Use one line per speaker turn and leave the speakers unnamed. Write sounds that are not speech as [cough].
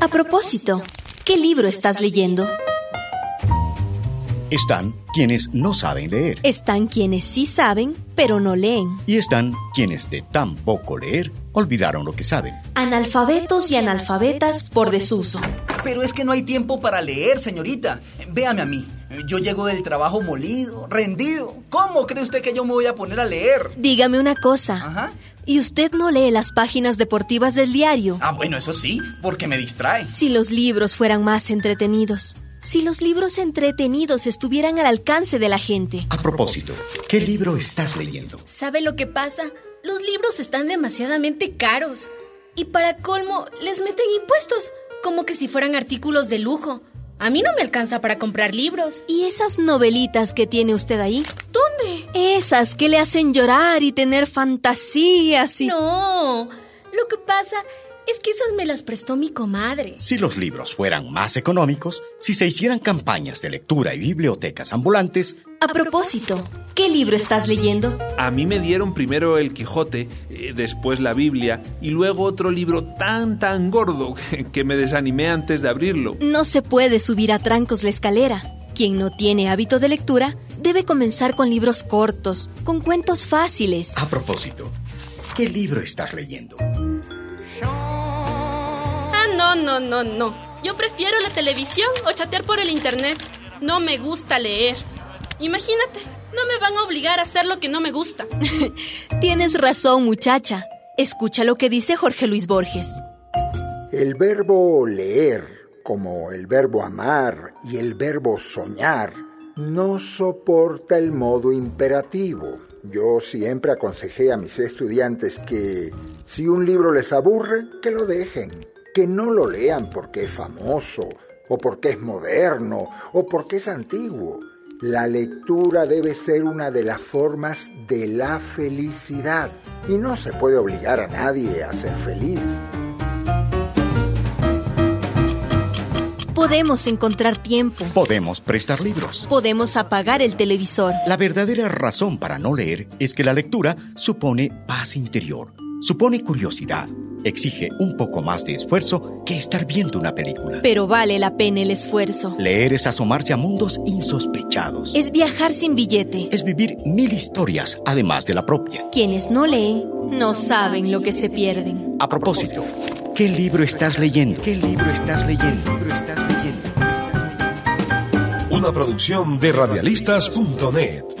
A propósito, ¿qué libro estás leyendo?
Están quienes no saben leer
Están quienes sí saben, pero no leen.
y están quienes de tan poco leer olvidaron lo que saben.
Analfabetos y analfabetas por desuso.
Pero es que no hay tiempo para leer, señorita. Véame a mí. Yo llego del trabajo molido, rendido. ¿Cómo cree usted que yo me voy a poner a leer?
Dígame una cosa.
Ajá.
¿Y usted no lee las páginas deportivas del diario?
Ah, bueno, eso sí, porque me distrae.
Si los libros fueran más entretenidos. Si los libros entretenidos estuvieran al alcance de la gente.
A propósito, ¿qué libro estás leyendo?
¿Sabe lo que pasa? Los libros están demasiadamente caros. Y para colmo, les meten impuestos, como que si fueran artículos de lujo. A mí no me alcanza para comprar libros.
¿Y esas novelitas que tiene usted ahí?
¿Dónde?
Esas que le hacen llorar y tener fantasías y...
No. Lo que pasa es que esas me las prestó mi comadre.
Si los libros fueran más económicos, si se hicieran campañas de lectura y bibliotecas ambulantes,
A propósito, ¿qué libro estás leyendo?
A mí me dieron primero el Quijote, eh, después la Biblia y luego otro libro tan tan gordo [laughs] que- que me desanimé antes de abrirlo.
No se puede subir a trancos la escalera. Quien no tiene hábito de lectura debe comenzar con libros cortos, con cuentos fáciles.
a propósito, ¿qué libro estás leyendo?
Ah, no, no, no, no. Yo prefiero la televisión o chatear por el internet. No me gusta leer. Imagínate, no me van a obligar a hacer lo que no me gusta.
Tienes razón, muchacha. Escucha lo que dice Jorge Luis Borges.
El verbo leer, como el verbo amar y el verbo soñar, no soporta el modo imperativo. Yo siempre aconsejé a mis estudiantes que si un libro les aburre, que lo dejen, que no lo lean porque es famoso, o porque es moderno, o porque es antiguo. La lectura debe ser una de las formas de la felicidad y no se puede obligar a nadie a ser feliz.
Podemos encontrar tiempo.
Podemos prestar libros.
Podemos apagar el televisor.
La verdadera razón para no leer es que la lectura supone paz interior, supone curiosidad, exige un poco más de esfuerzo que estar viendo una película.
Pero vale la pena el esfuerzo.
Leer es asomarse a mundos insospechados.
Es viajar sin billete.
Es vivir mil historias además de la propia.
Quienes no leen no saben lo que se pierden.
A propósito, ¿qué libro estás leyendo? ¿Qué libro estás leyendo?
Una producción de radialistas.net.